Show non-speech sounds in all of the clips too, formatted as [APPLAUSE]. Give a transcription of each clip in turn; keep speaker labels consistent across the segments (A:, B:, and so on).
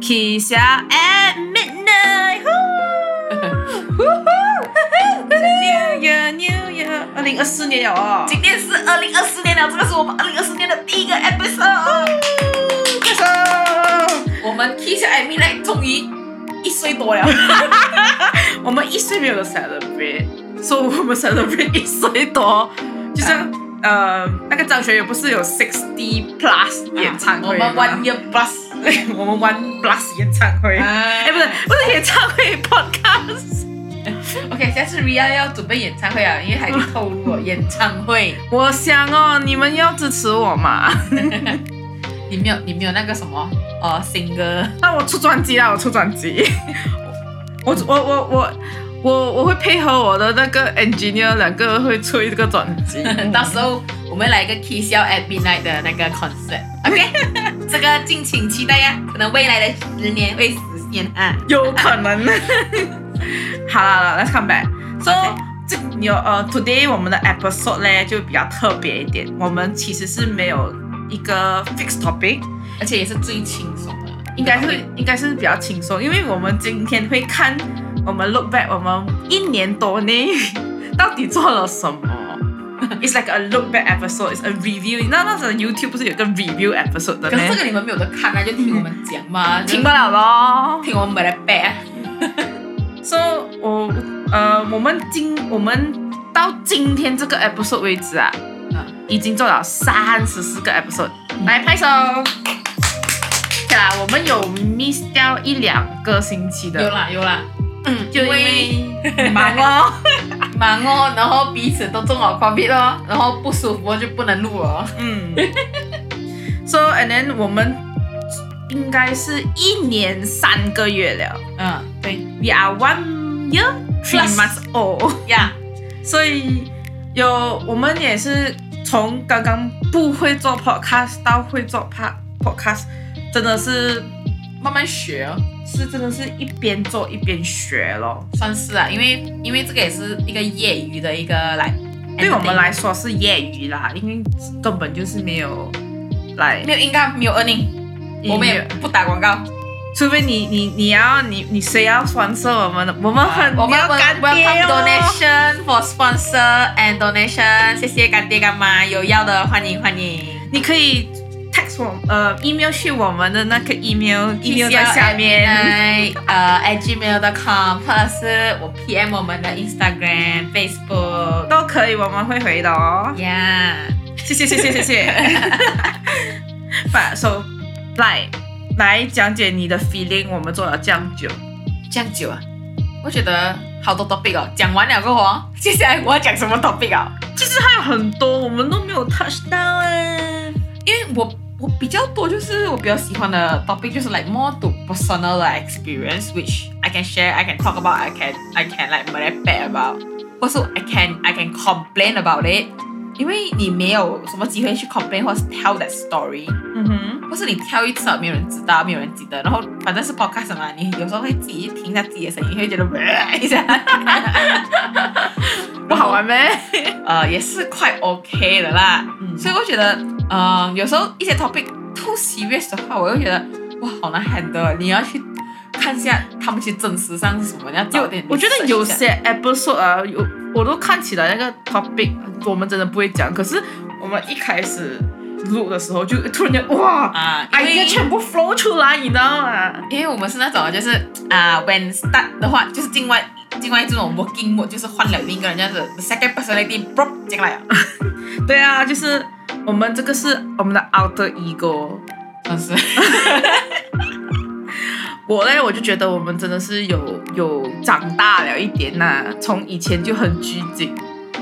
A: 一下 at midnight。New Year New Year，二零二四年了哦，
B: 今天是二零二四年了，这个是我们二零二四年的第一个 episode。
A: 快手！
B: 我们 K 小 M 来终于一岁多了，
A: 我们一岁没有 celebrate，说我们 [LAUGHS] celebrate 一岁多，就像
B: 啊
A: 呃那个张学友不是有 sixty plus 演唱会
B: 我们
A: 吗
B: one year
A: [LAUGHS]
B: plus。
A: 对我们 one plus 演唱会，哎、
B: 哎
A: 不是不是演唱会 [LAUGHS] podcast，
B: ，OK，下次 Ria 要准备演唱会
A: Ah,
B: 啊，因为海蒂透露了演唱会，
A: 我想哦，你们要支持我嘛？ [LAUGHS]
B: 你没有你没有那个什么呃 singer，，
A: 那我出专辑啦，我出专辑， [LAUGHS] 我我我我我我会配合我的那个 engineer 两个会出一个专辑
B: [LAUGHS] 到时候我们来一个 K 小 at midnight 的那个 concert，OK，、这
A: [LAUGHS]
B: 个敬请期待呀，可能未来的十年会实现啊。
A: 有可能。 [LAUGHS] 好了好了，Let's come back。So
B: OK
A: 这有呃，today 我们的 episode 呢就比较特别一点，我们其实是没有一个 fixed topic，
B: 而且也是最轻松的，
A: 应该是
B: 嗯
A: 应该是比较轻松，因为我们今天会看我们 look back 我们一年多内 [LAUGHS] 到底做了
B: [LAUGHS]
A: 什么。It's like a look back episode, it's a review。你知道那时候 YouTube 不是有个 review episode 的
B: 可是这
A: 呢？
B: 个你们没有得看啊，就听我们讲嘛，
A: 听不了咯
B: 就。听我们来背啊。
A: So 我呃，我们今我们到今天这个 episode 为止啊，
B: 嗯
A: 已经做了三十四个 episode，、
B: 嗯
A: 来拍手。对啦，我们有 miss 掉一两个星期
B: 有
A: 的，
B: 啦有啦，
A: 嗯，就
B: 因
A: 因为
B: 为 [LAUGHS]
A: 忙哦。
B: 忙哦，然后彼此都中了 COVID 哦，然后不舒服就不能录了哦。
A: 嗯，So and then 我们应该是一年三个月了
B: 嗯，对
A: ，We are one year three
B: Plus
A: months old，
B: 呀，
A: 所以有我们也是从刚刚不会做 podcast 到会做 pod podcast，真的是
B: 慢慢学哦，
A: 是真的是一边做一边学咯。
B: 算是啊，因为因为这个也是一个业余的一个来，
A: 对我们来说是业余啦，因为根本就是没有来，
B: 没有应该没有 earning，我
A: 嗯
B: 们也不打广告，
A: 除非你你你要你你谁要传授我们的，我们哦很、
B: 我们
A: 要干爹
B: welcome
A: 哦。
B: donation for sponsor and donation，谢谢干爹干妈，有要的欢迎欢迎。
A: 你可以 text 我呃 email 去我们的那个 email，email 在下面。
B: 面， [LAUGHS] 呃，at gmail.com，或者是我 PM 我们的 Instagram、Facebook，
A: 都可以，我们会回的哦。
B: 呀，
A: 谢谢谢谢谢 [LAUGHS] 谢。把手来来讲解你的 feeling，我们做了这样久，
B: 这样久啊，我觉得好多 topic 哦，讲完了过后哦， [LAUGHS] 接下来我要讲什么 topic 啊？
A: 其实还有很多我们都没有 touch 到哎。
B: 因为我我比较多就是我比较喜欢的 topic 就是 like more to personal like, experience which I can share, I can talk about, I can I can like very bad about，或是 I can I can complain about it，因为你没有什么机会去 complain 或是 tell that story。
A: 嗯哼，
B: 或是你挑一次，没有人知道，没有人记得，然后反正是 podcast 嘛，你有时候会自己听一下自己的声音，会觉得 [LAUGHS] 一下，
A: 不好玩呗。
B: 呃，也是快 OK 的啦。
A: 嗯
B: 所以我觉得，呃，有时候一些 topic too serious 的话，我又觉得哇，好难 handle，你要去看一下他们去真实上是什么，你要早
A: 有
B: 点。，
A: 我觉得有些 episode 啊，有我都看起来那个 topic 我们真的不会讲，可是我们一开始录的时候就突然间哇
B: 啊，因为
A: ，idea 全部 flow 出来，你知道吗？
B: 因为我们是那种就是啊、w h e n start 的话，就是另外另外这种 working mode，就是换了另一个人这样子，second personality bro 进
A: [LAUGHS]
B: 来了，
A: 对啊，就是我们这个是我们的 outer ego。
B: 真是。
A: 我嘞，我就觉得我们真的是有有长大了一点呐、从以前就很拘谨，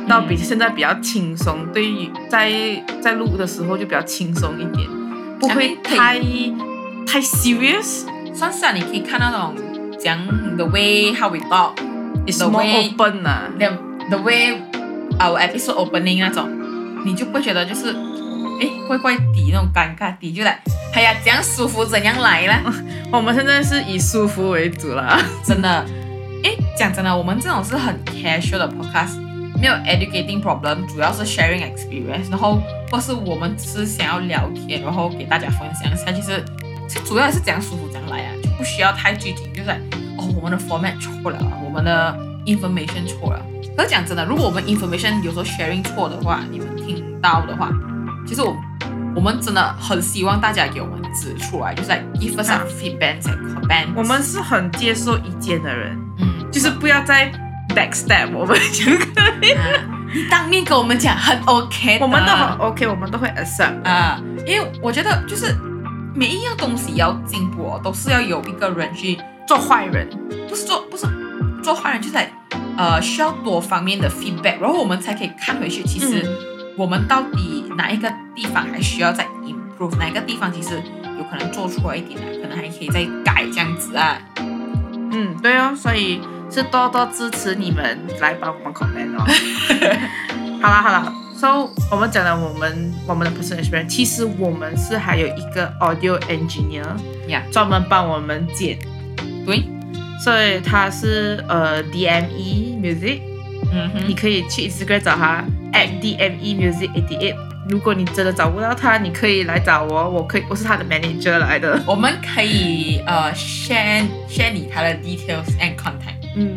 A: 到比现在比较轻松，对于在在录的时候就比较轻松一点，不会
B: I mean，
A: 太太 serious，
B: 算是啊，你可以看那种讲 the way how we talk，
A: 也是
B: The way-
A: more open 啊。
B: the the way our episode opening 那种，你就不会觉得就是，诶，怪怪的那种尴尬的，就来，哎呀，怎样舒服怎样来啦，
A: 我们现在是以舒服为主啦，
B: 真的，诶，讲真的，我们这种是很 casual 的 podcast，没有 educating problem，主要是 sharing experience，然后或是我们只是想要聊天，然后给大家分享一下，其实这主要是怎样舒服怎样来啊，就不需要太拘谨，就是哦，我们的 format 错了，啊我们的 information 错了。可是讲真的，如果我们 information 有时候 sharing 错的话，你们听到的话，其实我我们真的很希望大家给我们指出来，就是 like give us
A: 啊
B: a feedback and comments。
A: 我们是很接受意见的人，
B: 嗯，
A: 就是不要再 backstab 我们 [LAUGHS] 就可以。
B: 你当面跟我们讲很 OK，
A: 我们都很 OK，我们都会 accept。
B: 啊、因为我觉得就是每一样东西要进步、哦，都是要有一个人去
A: 做坏人，
B: 不是做不是做坏人，就是 like，呃需要多方面的 feedback，然后我们才可以看回去，其实
A: 嗯
B: 我们到底哪一个地方还需要再 improve，哪一个地方其实有可能做错一点啊，可能还可以再改这样子啊。
A: 嗯，对哦，所以是多多支持你们来帮我们 comment 哦。 [LAUGHS] 好啦好啦，So 我们讲了我们我们的 personal experience，其实我们是还有一个 audio engineer
B: Yeah
A: 专门帮我们剪，
B: 对，
A: 所以他是呃 DME Music，、
B: 嗯
A: 你
B: 哼，
A: 可以去 Instagram 找他 at DME Music 88。如果你真的找不到他，你可以来找我，我可以我是他的 manager 来的。
B: 我们可以呃 share share 你他的 details and contact
A: 嗯。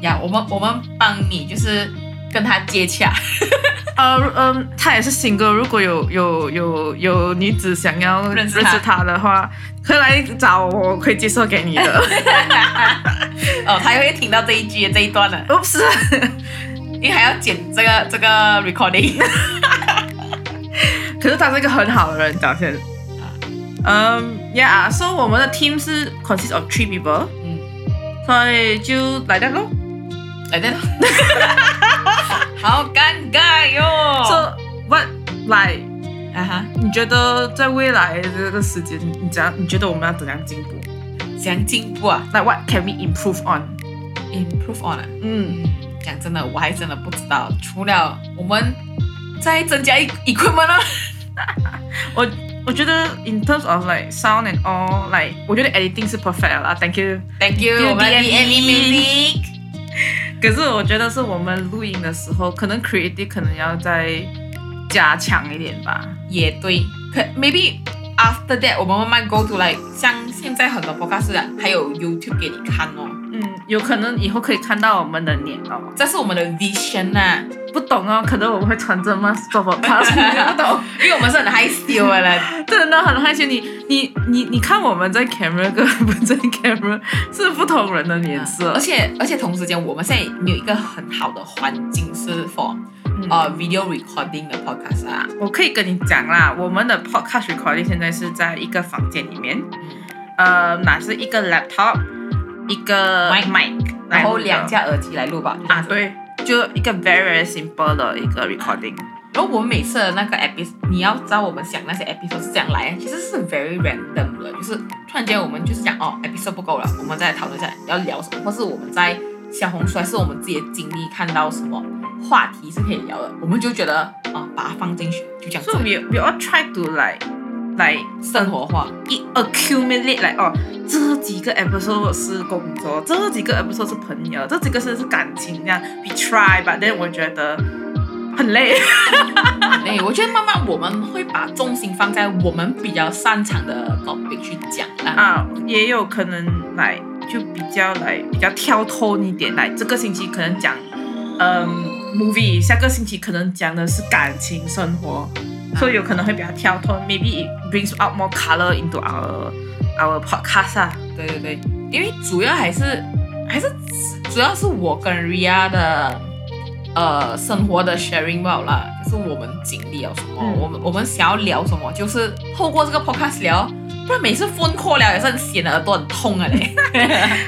B: 呀、我们我们帮你就是跟他接 [LAUGHS] 洽。
A: 呃嗯，他也是 single，如果有有有有女子想要
B: 认
A: 认
B: 识
A: 识
B: 他
A: 他的话，可以来找我，我可以介绍给你的。
B: 哦，他也会听到这一句这一段的，
A: Oops， [LAUGHS]
B: 因为还要剪这个这个 recording。
A: 可是他是一个很好的人，表现。嗯、y e a h s o 我们的 team 是 consist of three people，
B: 嗯。 [LAUGHS]
A: 所以就来这咯。
B: 来再哎 [LAUGHS] 好尴尬哟。
A: So what like
B: 啊哈，
A: 你觉得在未来的这个时间，你怎样？你觉得我们要怎样进步
B: 想进步啊
A: ？Like what can we improve on？
B: ，improve on 啊。
A: 嗯，
B: 嗯，讲真的，我还真的不知道，除了我们再增加一 equipment 啊呢。
A: 我我觉得 in terms of like sound and all like 我觉得 editing 是 perfect 了啦，thank you。
B: Thank you，
A: you，
B: 我们
A: DME
B: DME Music。
A: 可是我觉得是我们录音的时候，可能 creative 可能要再加强一点吧。
B: 也对，可 maybe after that 我们慢慢 go to like 像现在很多 podcast 啊还有 YouTube 给你看哦，
A: 嗯，有可能以后可以看到我们的脸哦。
B: 这是我们的 vision 啊。
A: 不懂哦，可能我们会穿着 mask 做 [LAUGHS] podcast，不懂，
B: 因为我们是很害羞的人， [LAUGHS]
A: 真的很害羞。你你你你看我们在 camera 跟我们在 camera 是不同人的脸色
B: 而，且而且同时间，我们现在没有一个很好的环境是 for
A: 嗯
B: 呃 video recording 的 podcast 啊，
A: 我可以跟你讲啦，我们的 podcast recording 现在是在一个房间里面，
B: 嗯
A: 呃，哪是一个 laptop，一个
B: Mic
A: mic，
B: 然后
A: 来录的
B: 两架耳机来录吧。
A: 啊，对，就一个 very very simple 的一个 recording。
B: 然后我们每次的那个 episode，你要知道我们想那些 episode 是这样来，其实是 very random 的，就是突然间我们就是讲哦 episode 不够了，我们再来讨论一下要聊什么，或是我们在小红书还是我们自己的经历看到什么话题是可以聊的，我们就觉得啊、哦把它放进去，就这样子
A: So，we we all try to like like
B: 生活化。
A: i- accumulate like 哦，这几个 episode 是工作，这几个 episode 是朋友，这几个是是感情这样。We try but then 我觉得很累。
B: 哎，我觉得慢慢我们会把重心放在我们比较擅长的 topic 去讲啦。
A: 啊，也有可能来就比较来比较跳脱一点，来这个星期可能讲嗯 movie，下个星期可能讲的是感情生活，所以有可能会比较跳脱，maybe it brings out more color into our our podcast 啊，
B: 对对对，因为主要还是还是主要是我跟 Ria 的呃生活的 sharing about 啦，就是我们经历了什么，
A: 嗯
B: 我们我们想要聊什么，就是透过这个 podcast 聊。不然每次 phone call 聊也是很显得耳朵很痛啊嘞。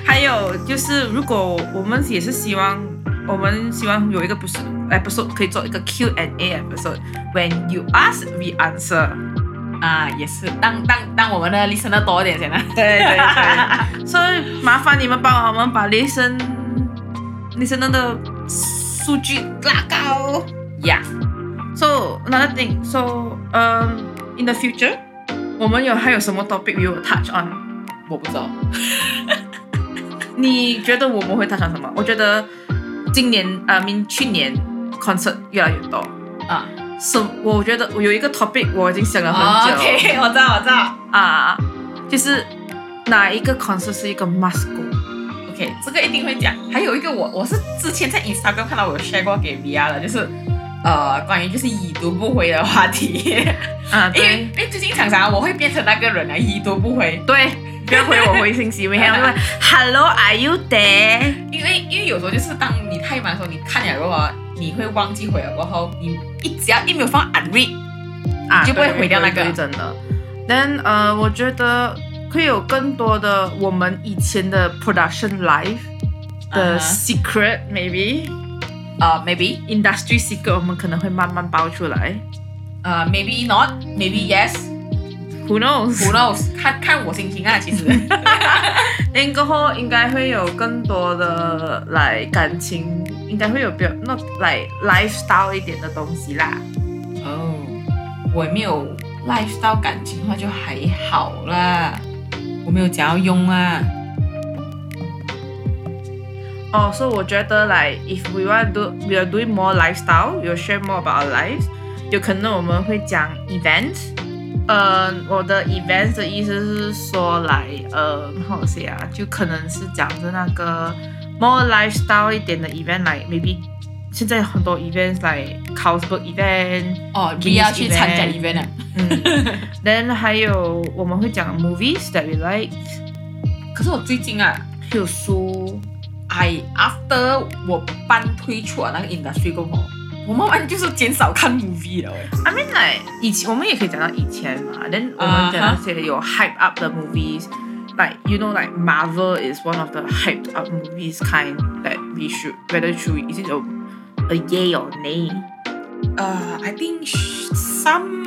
A: 还有就是如果我们也是希望我们希望有一个不是 episode 可以做一个 Q&A episode，when you ask we answer。
B: [LAUGHS] 啊，也是，当当当我们的 listener 多一点先啦。啊
A: 对对对，所以麻烦你们帮我们把 listen listen 的数据拉高。
B: 呀
A: So another thing, so um in the future，我们有还有什么 topic we will touch on？
B: 我不知道。
A: 你觉得我们会 touch on 什么？我觉得今年呃，明去年 concert 越来越多。
B: 啊
A: 是，我觉哦得我有一个 topic 我已经想了很久。
B: ，OK，我知道，我知道。
A: 啊，就是哪一个 concert 是一个 must go？
B: OK，这个一定会讲。还有一个我我是之前在 Instagram 看到我有 share 过给 VR 的，就是呃关于就是已读不回的话题， [LAUGHS]
A: 啊，
B: 因为
A: 对
B: 因为最近常常我会变成那个人了，已读不回。
A: 对，不要回我回信息，每天我 [LAUGHS] 问 Hello，Are you there？
B: 因为因为有时候就是当你太忙的时候，你看了过后，啊你会忘记回了过后，你一只要一没有放 unread，
A: 啊，
B: 你就不会
A: 对
B: 回掉
A: 对
B: 那个
A: 对真的。但呃，我觉得会有更多的我们以前的 production life 的
B: 嗯哼
A: secret maybe
B: 呃、maybe
A: industry secret，我们可能会慢慢爆出来。
B: 呃、maybe not，maybe yes，who
A: Who [LAUGHS] knows？
B: knows？看看我心情啊，其实
A: 那过后应该会有更多的来感情，应该会有比较那来 lifestyle 一点的东西啦。
B: 哦，我没有 lifestyle 感情的话就还好啦，我没有讲要用啊。
A: 哦，所以我觉得 like if we want to do we are doing more lifestyle, we will share more about our lives。有可能我们会讲 event。呃，我的 event 的意思是说来呃好些啊，就可能是讲着那个 more lifestyle 一点的 event，like maybe 现在很多 events like c o s b e r g event。
B: 哦
A: Games
B: ，V 要去参加
A: event
B: event 啊。
A: 嗯，then 还有我们会讲 movies that we like，
B: 可是我最近啊
A: 还有书，
B: ，I after 我班推出了那个 industry 过后，我慢慢就是减少看 movie 了欸。
A: I mean like 以前我们也可以讲到以前嘛，then 我们讲那些有 hype up 的 movies。Like you know, like Marvel is one of the hyped up movies kind that we should whether should is it a a yay or nay？
B: 呃、i think sh- some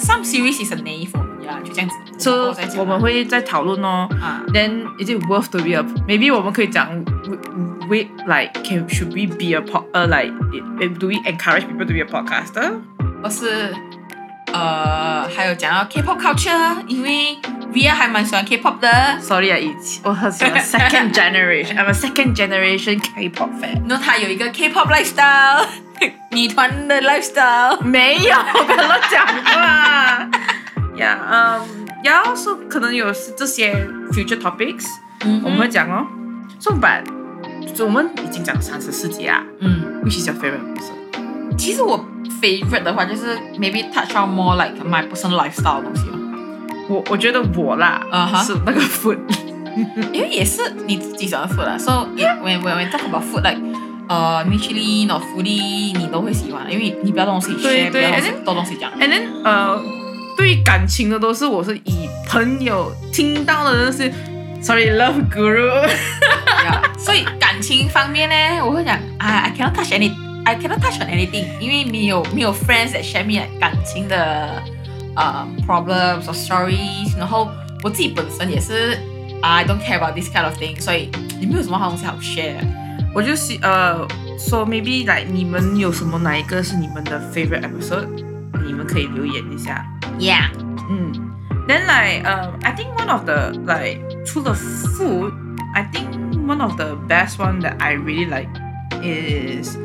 B: some series is a name for me 啊，就这样子。
A: 所
B: 我再讲
A: 以我们会再讨论哦。
B: 啊
A: Then is it worth to be a? Maybe 我们可以讲，we we- like can should we be a pod? 呃、like do we encourage people to be a podcaster？
B: 或是呃，还有讲到 K-pop culture，啊因为 VR 还蛮喜欢 K-pop 的。
A: Sorry 啊，以前我很喜欢 second generation. I'm a second generation K-pop fan.
B: 然后他有一个 K-pop lifestyle，女 [LAUGHS] 团的 lifestyle。
A: 没有，我跟他讲话。Yeah，嗯，然后说可能有这些 future topics，、
B: 嗯
A: 我们会讲哦。So but，就我们已经讲三十四集啊
B: 嗯，
A: ，which is your favorite person？
B: 其实我 favorite 的话就是 maybe touch on more like my personal lifestyle 的东西哦，
A: 我我觉得我啦
B: 啊哈
A: 是那个 food。 [LAUGHS]
B: 因为也是你自己喜欢 food 啦，so when when when talk about food like 呃、mutually or fully 你都会喜欢，因为你比较东西
A: 对
B: share，比
A: 对
B: 较东西
A: and then-
B: 多东西讲。
A: And then，呃，对于感情的都是我是以朋友听到的那些，sorry love guru。 [LAUGHS]
B: Yeah，所以感情方面呢，我会讲啊，I cannot touch any。I cannot touch on anything，因为没有没有 friends that share me like 感情的呃、problems or stories，然后我自己本身也是 I don't care about this kind of thing，所以也没有什么好东西好 share。
A: 我就希呃说 maybe like 你们有什么哪一个是你们的 favorite episode，你们可以留言一下。
B: Yeah，
A: 嗯，then Mm. like 呃、I think one of the like 除了 food, I think one of the best one that I really like is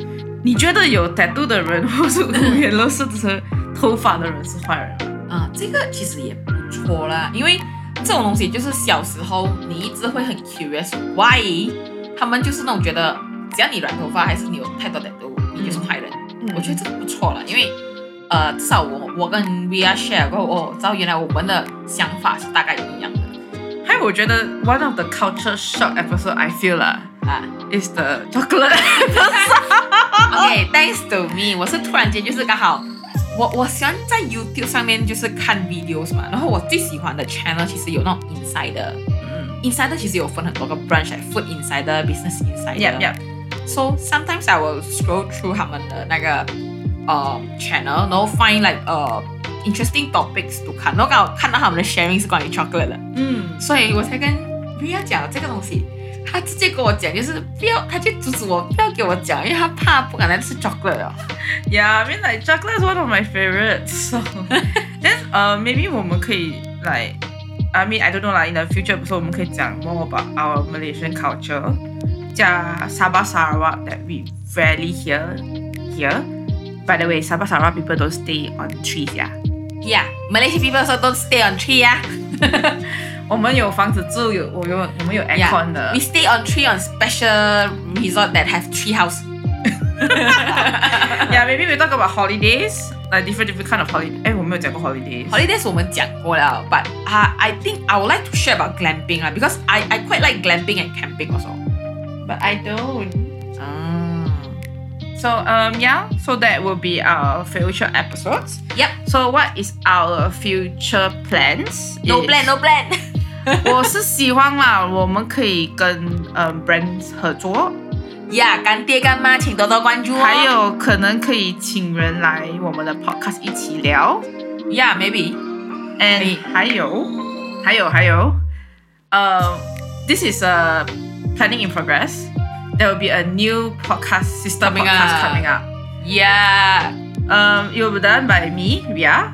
A: 你觉得有 tattoo 的人 [LAUGHS] 或是五颜六色的头发的人是坏人吗？
B: 啊、这个其实也不错啦，因为这种东西就是小时候你一直会很 curious why，他们就是那种觉得只要你染头发还是你有太多 t a t 你就是坏人。我觉得这个不错了，因为呃，至少我我跟 VR share 过，我知道原来我们的想法是大概一样的
A: 还有我觉得 one of the culture shock episode I feel 啦
B: 啊。
A: is the chocolate。
B: OK，thanks、to me，我是突然间就是刚好，我我喜欢在 YouTube 上面就是看 videos 嘛，然后我最喜欢的 channel 其实有那种 inside 的
A: [LAUGHS] 嗯
B: ，inside 的其实有分很多个 branch，like food inside 的，business inside 的。
A: ，yep yep。
B: So sometimes I will scroll through 他们的那个呃 channel，然后 find like 呃 interesting topics to 看，然后刚好看到他们的 sharing 是关于 chocolate 的，
A: 嗯，
B: 所以我才跟 Ria 讲这个东西。他直接跟我讲，就是不要，他就阻止我不要给我讲，因为他怕不敢再吃 chocolate 了。
A: Yeah, I mean like chocolate is one of my favorites. [LAUGHS] So then uh maybe 我们可以 like I mean I don't know like in the future 不是我们可以讲 more about our Malaysian culture 加 Sabah Sarawak that we rarely hear here. By the way, Sabah Sarawak people don't stay on trees, yeah.
B: Yeah, Malaysian people also don't stay on tree 呀、
A: 我们有房子住，有我有我们有 aircon 的
B: We stay on three on special resort that have three house.
A: Yeah, maybe we talk about holidays, like different different kind of holiday. 哎，我没有讲过 holidays。
B: Holidays 我们讲过了，but uh, I think I would like to share about glamping lah because I I quite like glamping and camping also.
A: But I don't.
B: Ah.
A: So um yeah, so that will be our future episodes.
B: Yep.
A: So what is our future plans?
B: No
A: Is-
B: [LAUGHS] plan, no plan.
A: 我是希望啦，我们可以跟嗯 brands 合作，
B: Yeah，干爹干妈请多多关注哦。
A: 还有可能可以请人来我们的 podcast 一起聊。
B: Yeah, maybe.
A: And
B: 以
A: 还有，还有，还有，呃、t h i s is a planning in progress. There will be a new podcast sister
B: Coming
A: podcast
B: up.
A: coming up.
B: Yeah.
A: Um, it will be done by me, Ria.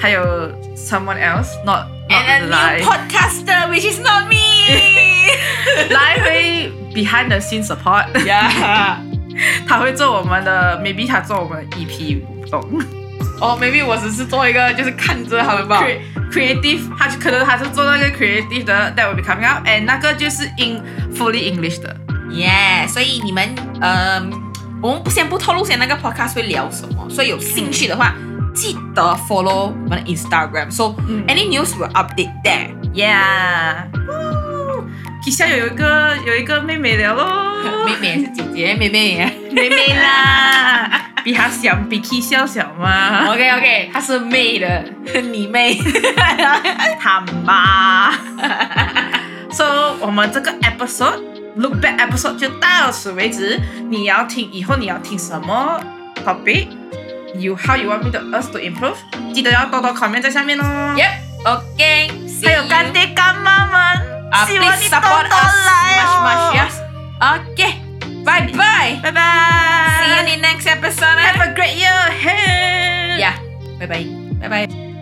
A: 还有 someone else, not not
B: And a
A: Lai. [LAUGHS]
B: new podcaster, which is not me.
A: Lai 会 behind the scenes support，
B: [LAUGHS] yeah.
A: [LAUGHS] 他会做我们的，maybe 他做我们的 E EP，我不懂。
B: 哦、m a y b e 我只是做一个，就是看着他们吧。
A: Cre- creative，他就可能他是做那个 creative 的，that will be coming up，and 那个就是 in fully English 的。
B: Yeah，所以你们，嗯，我们不先不透露先那个 podcast 会聊什么，所以有兴趣的话，记得 follow 我们的 Instagram。So
A: 嗯
B: any news will update there。
A: Yeah，皮下有一个有一个妹妹的咯，
B: 妹妹也是姐姐，妹妹 [LAUGHS] 也。
A: [LAUGHS] 妹妹啦， [LAUGHS] 比她小，比 K 小小嘛，
B: OK OK，她是妹的，你妹。
A: 她妈。so 我们这个 episode look back episode 就到此为止。你要听以后你要听什么 topic？You how you want me to us to improve？记得要多多 comment 在下面哦。
B: [LAUGHS] Yep。OK。
A: 还有干。爹干妈们，
B: 啊
A: 希望
B: ，please
A: 你多多
B: support us
A: 来
B: much
A: 哦。
B: much yes。OK。Bye bye。
A: 拜拜。
B: See you in the next episode.
A: Have a great year ahead.
B: Yeah. Bye bye. Bye bye.